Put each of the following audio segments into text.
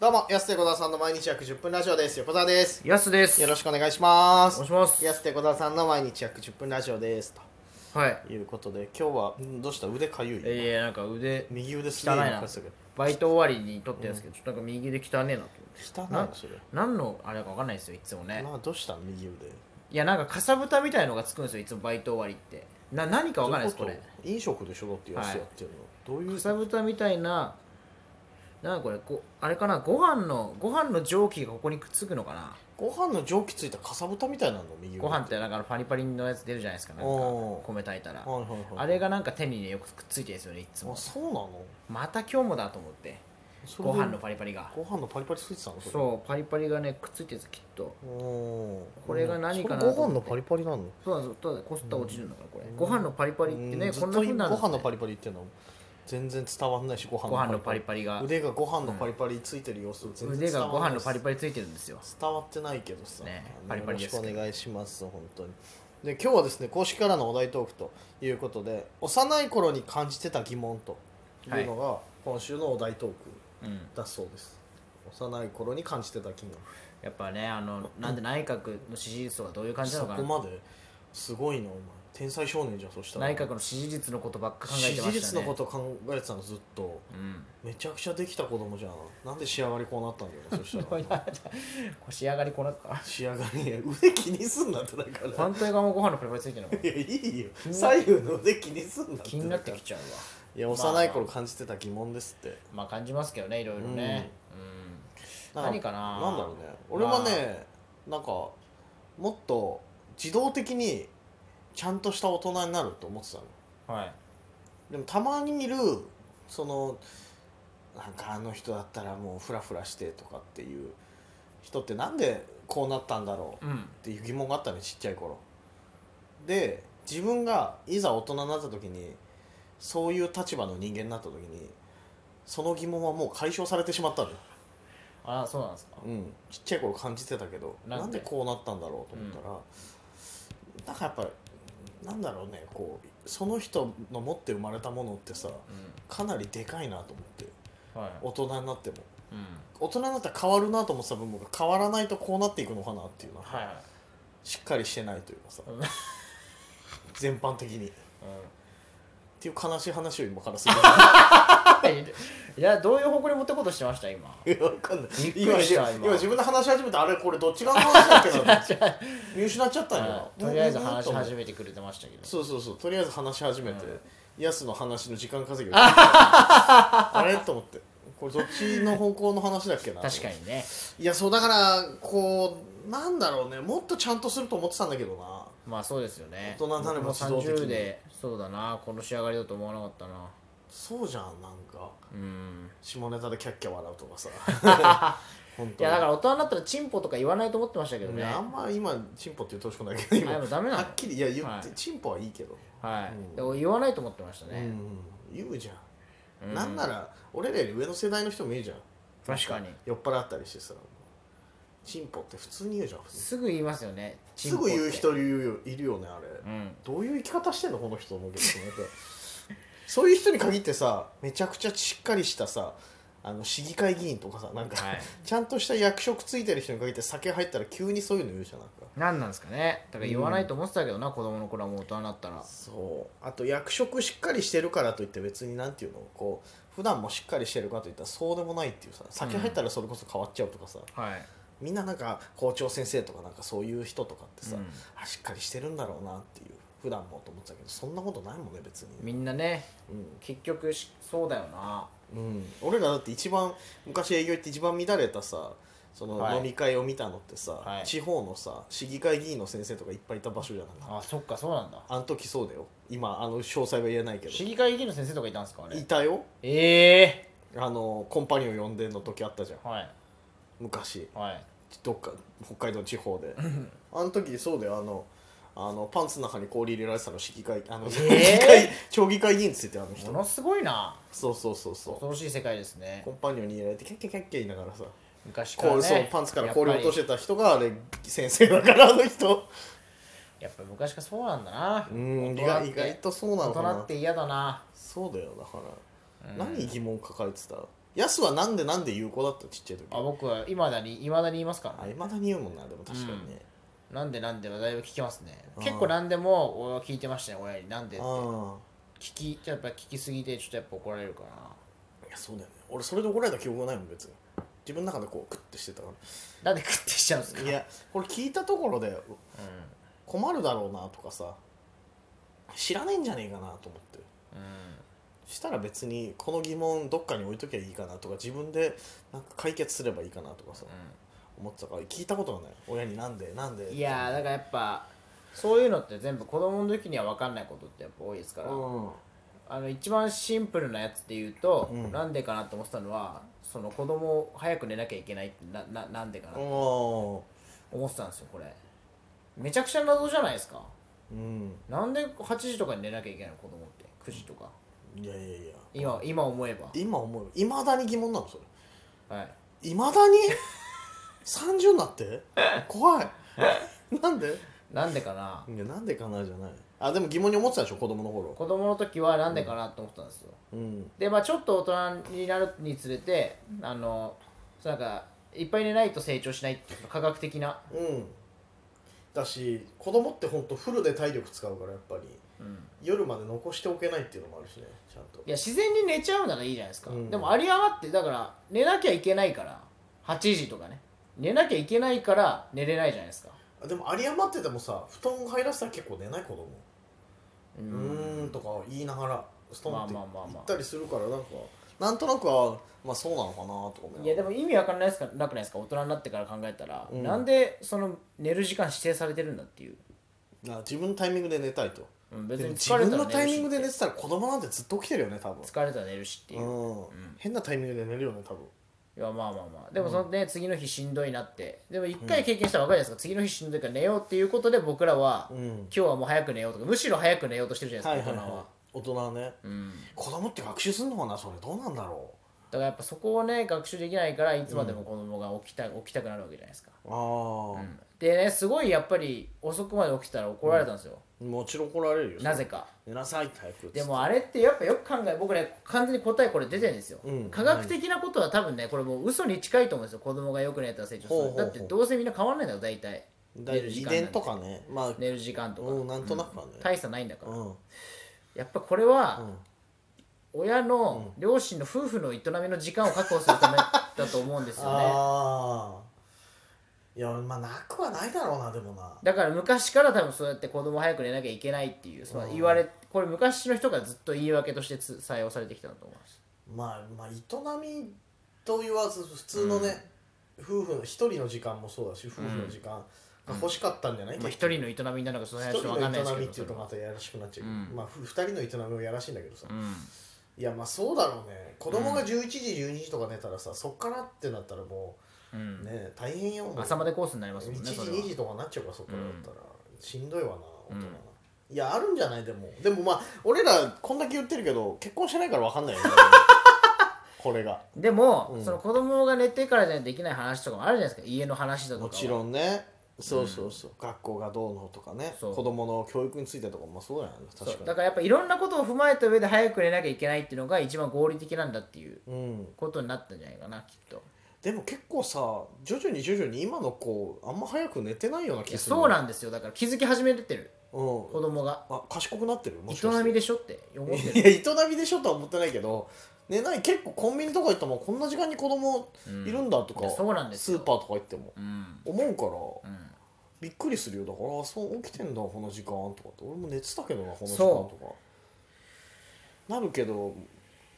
どうも、安手小沢さんの毎日約10分ラジオです。横澤です。やすです。よろしくお願いしまおす願い。します。安手小沢さんの毎日約10分ラジオです。はい。ということで、今日は、んどうした腕かゆい、えー、なんか腕、右腕すげ汚えいなな。バイト終わりに撮ったやつけど、ちょっとなんか右で汚ねえなと汚思いって。な、なそれ。何のあれかわかんないですよ、いつもね。などうした右腕。いや、なんかかさぶたみたいのがつくんですよ、いつもバイト終わりって。な、何かわかんないです、こどういうれ。と飲食でしょだって安手やってるの。どういうかさぶたみたいな、なんかこれ、こあれかな、ご飯の、ご飯の蒸気がここにくっつくのかな。ご飯の蒸気ついたかさぶたみたいなの右腕。ご飯ってなんかあのパリパリのやつ出るじゃないですか、なんかおー米炊いたら。はいはいはい。あれがなんか手にね、よくくっついてるんですよね、いつあ、も。そうなのまた今日もだと思って、それごで飯のパリパリが。ご飯のパリパリついてたのれそうパリパリがねくっついてるんですきっとおーこれが何かなそれとご飯思のってパリパリなのそうなんですよただこすったら落ちるんだからこれ、うんご飯のパリパリってうねんこんなふうになずるっとんでごす飯のねパリパリっての全然伝わんないしご飯ご飯のパリパリが腕がご飯のパリパリついてる様子全然腕が伝ごわん飯ないのですパリパリついてるんですよ伝わってないけどさ、ねあのパリパリよろしですけどくお願いします本当にで今日はですね公式からのお題トークということで幼い頃に感じてた疑問というのが今週のお題トークうんだそうです、幼い頃に感じてた疑問やっぱねあのなんで内閣の支持率はどういう感じなそのかこなまですごいなお前天才少年じゃんそしたら内閣の支持率のことばっか考え支てました持ね率のこと考えてたのずっとうんめちゃくちゃできた子供じゃんなんで仕上がりこうなったんだよなそした ら腰上がりこなった仕上がり腕気にすんなってだから反対側もご飯のパリパリついてるのかないやいいよ左右の腕気にすんなって気になってきいちゃうわや幼い頃感じてた疑問ですってまあ感じますけどねいろいろねうん何かななんだろうね俺はねなんかもっと自動的にちゃんとした大人になると思ってたのはいでもたまにいるそのなんかあの人だったらもうフラフラしてとかっていう人ってなんでこうなったんだろううんっていう疑問があったのよちっちゃい頃で自分がいざ大人になった時にそういう立場の人間になった時にその疑問はもう解消されてしまったのよ、ああそうなんですかうん、ちっちゃい頃感じてたけどななんんででこうなったんだろうと思ったら、なんかやっぱなんだろうねこうその人の持って生まれたものってさうかなりでかいなと思ってんはい大人になってもうん大人になったら変わるなと思ってた部分が変わらないとこうなっていくのかなっていうのははいはいしっかりしてないというかさうん全般的にっていう悲しい話を今からす るいやどういう方向に持ってこうとしてました今いやわかんないびっくりした今今自分で話し始めてあれこれどっちが話だっけなと 思って見失っちゃったんはよいとりあえず話しめ始めてくれてましたけどそうそうそうとりあえず話し始めてうんヤスの話の時間稼ぎを あれと思ってこれどっちの方向の話だっけな確かにねいやそうだからこうなんだろうねもっとちゃんとすると思ってたんだけどなまあそうですよね大人になれば自僕動も的に30でそうだなこの仕上がりだと思わなかったなそうじゃんなんかうん下ネタでキャッキャ笑うと かさ本い当にやだから大人になったらチンポとか言わないと思ってましたけどねねあんま今チンポって言ってほしくないけど今あでもダメなのはっきりいや言って、はいチンポはいいけど、はうんいでも言わないと思ってましたうねん言うじゃん、うんなんなら俺らより上の世代の人もいるじゃん確かに酔っ払ったりしてさチンポって普通に言うじゃん普通にすぐ言いますよねチンすポっぐて言う人いるよいるよねあれ、うんどういう生き方してんのこの人と思うけどその人そういう人に限ってさめちゃくちゃしっかりしたさあの市議会議員とかさなんか、はいちゃんとした役職ついてる人に限って酒入ったら急にそういうの言うじゃんなんか何なんですかねだから言わないと思ってたけどな、子供の頃はもう大人になったらそうあと役職しっかりしてるからといって別になんていうのこう普段もしっかりしてるかといったらそうでもないっていうさ酒入ったらそれこそ変わっちゃうとかさ、はいみんななんか校長先生とかなんかそういう人とかってさ、うんあしっかりしてるんだろうなっていう普段もと思ってたけどそんなことないもんね別に、みんなねう結局しそうだよな、んうん、俺らだって一番昔営業行って一番乱れたさそはのい飲み会を見たのってさ、はい地方のさ市議会議員の先生とかいっぱいいた場所じゃないあそっかそうなんだあの時そうだよ今あの詳細は言えないけど市議会議員の先生とかいたんですかあいれたよええあのコンパニオン呼んでんの時あったじゃんはい昔はいどっか北海道の地方 であの時そうだよあのあのパンツの中に氷入れられてたの市議会あの、市議会町議会議員ついてあの人ものすごいなそうそうそうそ恐ろしい世界ですねうコンパニオンに入れられてキャッキャキャッキャ言いながらさ、昔から、こね、うそうパンツから氷落としててた人があれ先生だからあの 人やっぱり昔からそうなんだなうん意大人外って意外とそうな大のか人なって嫌だなそうだよだから、うん何疑問抱えてたヤスはなんでなんで有効だったちっちゃい時あ僕はいまだにいまだに言いますからあねいまだに言うもんなでも確かにね、なんでなんではだいぶ聞きますねうん結構なんでも俺は聞いてましたね親になんでって聞あきやっぱ聞きすぎてちょっとやっぱ怒られるかなあいやそうだよね俺それで怒られた記憶がないもん別に自分の中でこうクッてしてたかなんで食ってしちゃうんですらかいやこれ聞いたところでう困るだろうなとかさ知らねえんじゃねえかなと思ってんうんしたら別にこの疑問どっかに置いときゃいいかなとか自分でなんか解決すればいいかなとかさ思ってたから聞いたことがない親になんでなんでいやーだからやっぱそういうのって全部子供の時には分かんないことってやっぱ多いですから、うんあの一番シンプルなやつで言うと、うんなんでかなって思ってたのはその子供を早く寝なきゃいけないってなななんでかなってお思ってたんですよこれめちゃくちゃ謎じゃないですかーうんなんで8時とかに寝なきゃいけないの子供って9時とかいやいやいや今今思えば今思ういまだに疑問なのそれはいいまだに30になって怖いなんでなんでかないやなんでかなじゃないあでも疑問に思ってたでしょ子供の頃子供の時はなんでかなって思ってたんですよ、うんでまあちょっと大人になるにつれてあのそうなんかいっぱい寝ないと成長しないっていう科学的な、うんだし子供って本当フルで体力使うからやっぱりうん、夜まで残しておけないっていうのもあるしねちゃんといや自然に寝ちゃうならいいじゃないですか、うんでもあり余ってだから寝なきゃいけないから8時とかね寝なきゃいけないから寝れないじゃないですかあでも有り余っててもさ布団入らせたら結構寝ない子供ううーんとか言いながらストンってまあまあまあまあ行ったりするからなんかなんとなくはまあそうなのかなとか思いながらいやでも意味わかんないですかなくないですか大人になってから考えたら、うんなんでその寝る時間指定されてるんだっていう、あ自分のタイミングで寝たいとうん、で別もに自疲れ分たらのタイ寝ミンるしグでっ寝ててたら子供なんてずっと起きてるよね多分疲れたら寝るしっていう、うん変なタイミングで寝るよね多分いやまあまあまあでもそのね、次の日しんどいなってでも一回経験したら分かるじゃないですか、次の日しんどいから寝ようっていうことで僕らは、う今ん日はもう早く寝ようとかむしろ早く寝ようとしてるじゃなはいいですはいか、はい大人はね大人は、うん、子供って学習すんのかなそれどうなんだろだからやっぱそこをね学習できないからいつまでも子供が起きた,、起きたくなるわけじゃないですか、うああ、でねすごいやっぱり遅くまで起きたら怒られたんですよ、もちろん怒られるよなぜか寝なさいって早くでもあれってやっぱよく考え僕ね完全に答えこれ出てるんですよ、うん科学的なことは多分ねこれもう嘘に近いと思うんですよ子供がよく寝たら成長するほうほうほうだってどうせみんな変わんないんだよ大体だいぶ遺伝とかかねまあ寝る時間とか、うんなんとなくはね大差ないんだから、うんやっぱこれは、親の両親の夫婦の営みの時間を確保するため だと思うんですよねああいやまあなくはないだろうなでもなだから昔から多分そうやって子供早く寝なきゃいけないっていうその言われこれ昔の人がずっと言い訳としてつ採用されてきたんだと思いますまあまあ営みと言わず普通のね、夫婦の一人の時間もそうだし夫婦の時間が欲しかったんじゃない、まあ、結一人の営みなのかその局辺はちょっと分かんない一人ですけの営みっどていうとまたやらしくなっちゃうけど、うんまあふ二人の営みもやらしいんだけどさ、うんいやまあそうだろうね子供が11時12時とか寝たらさそっからってなったらもうんうね大変よもう朝までコースになりますもん1ね時それは2時とかなっちゃうからそっからだったら、しんどいわな大人は、ういやあるんじゃないでもでもまあ俺らこんだけ言ってるけど結婚してないから分かんない よねこれがでも、うんその子供が寝てからじゃできない話とかもあるじゃないですか家の話だとかもはちろんねそうそうそう、学校がどうのとかねそう子供の教育についてとかもそうだよねそう確かにだからやっぱいろんなことを踏まえた上で早く寝なきゃいけないっていうのが一番合理的なんだっていううん、ことになったんじゃないかなきっとでも結構さ徐々に徐々に今の子あんま早く寝てないようない気やするそうなんですよだから気づき始めてるうん子供があ賢くなってるもしかして営みでしょって思ってるいや営みでしょとは思ってないけど寝ない結構コンビニとか行ってもこんな時間に子供 いるんだとか、いやそうなんですスーよパーとか行ってもうん思うからうんびっくりするよだからあそう起きてんだこの時間とかって俺も寝てたけどなこの時間そとかなるけど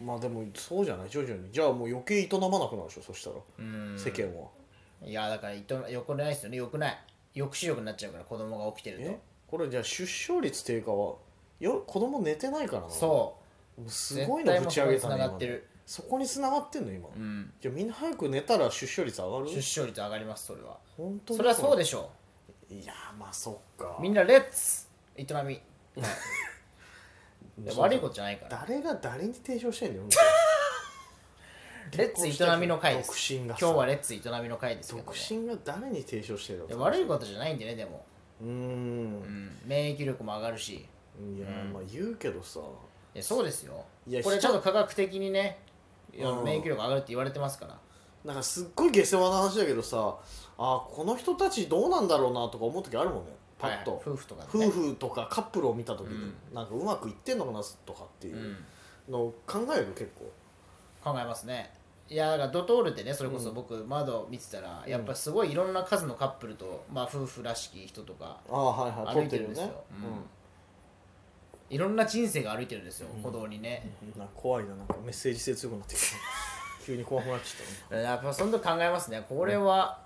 まあでもそうじゃない徐々にじゃあもう余計営まなくなるでしょそしたら、うん世間はいやだからいとよくないですよねよくない抑止力になっちゃうから子供が起きてるえこれじゃあ出生率低下はよ子供寝てないからなとそもううすごいのぶち上げた絶対もねうそこに繋がって今ねる、そこに繋がってんの今、うん、じゃあみんな早く寝たら出生率上がる出生率上がりますそれは本当にそれはそうででしょいやまあそっかうみんなレッツ営みそう悪いことじゃないから誰が誰に提唱してん だよレッツ営みの会です独身が今さ日はレッツ営みの会ですけど、独ね、身が誰に提唱してるので悪いことじゃないんでねでも、うーんうん、免疫力も上がるしいやまあ言うけどさいやそうですよいやこれちょっと科学的にねあのうん免疫力上がるって言われてますからなんかすっごい下世話な話だけどさあーこの人たちどうなんだろうなとか思う時あるもんねパッと、はい夫婦とかね夫婦とかカップルを見た時に、うなんかうまくいってんのかなとかっていううんのを考える結構考えますねいやだからドトールでねそれこそ僕窓見てたら、やっぱすごいいろんな数のカップルと、まあ、夫婦らしき人とかああはいはい歩撮っいててるるんよですよね、いろんな人生が歩いてるんですようん歩道にね、うん、なんか怖いななんかメッセージ性強くなってき た急に怖くなっちゃっやっぱそんな考えますねこれは、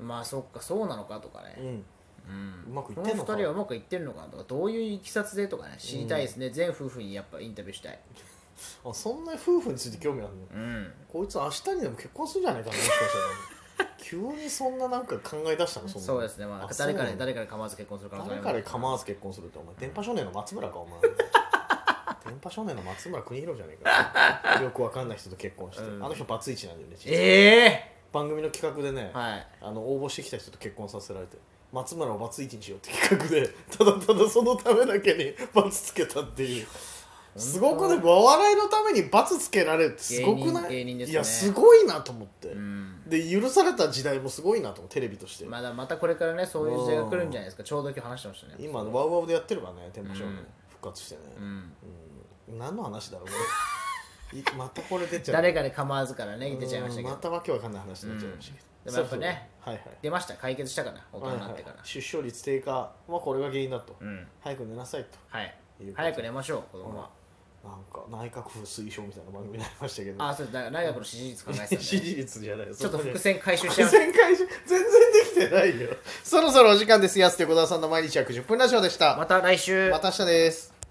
まあそっかそうなのかとかたね、うんうんうまくいっこてのんの2人かはうまくいってるのかなとかどういういきさつでとかね知りたいですね、全夫婦にやっぱインタビューしたいあそんな夫婦について興味あるのうんこいつ明日にでも結婚するんじゃないかなもしかしたら急にそんななんか考え出したのそんなそうですね、まあ、あ誰かそうならの誰から構わず結婚する可能性誰があかでります構わず結婚するってお前電波少年の松村かお前電波少年の松村邦弘じゃねえかよくわかんない人と結婚して、うんあの人バツイチなんだよね実はえ番組の企画でね、えはいあの応募してきた人と結婚させられて松村をバツイチにしようって企画でただただそのためだけにバツつけたっていうすごくねお笑いのためにバツつけられるってすごくない芸人芸人ですねいやすごいなと思って、うんで許された時代もすごいなと思うテレビとして、まだまたこれからねそういう時代が来るんじゃないですかちょうど今日話してましたね今ワウワウでやってるからね天パ少年、うん復活してね、うんうん何の話だろうこ れいまたこれ出ちゃう誰かで構わずからね出ちゃいましたうけんまどたわけわかんない話になっちゃいましたけど、うんでもやっぱねそうそうはい出ました解決したかな大は人いになはっいてから出生率低下はこれが原因だと、うん早く寝なさいとはいいうこと早く寝ましょう子供はなんか内閣府推奨みたいな番組になりましたけど あそうですだから大学の支持率考えてたんで支ね持率じゃないちょっと伏伏線回収しちゃい ました線回収全然できてないよそろそろお時間ですやすと横澤さんの毎日約10分ラジオでしたまた来週また明日です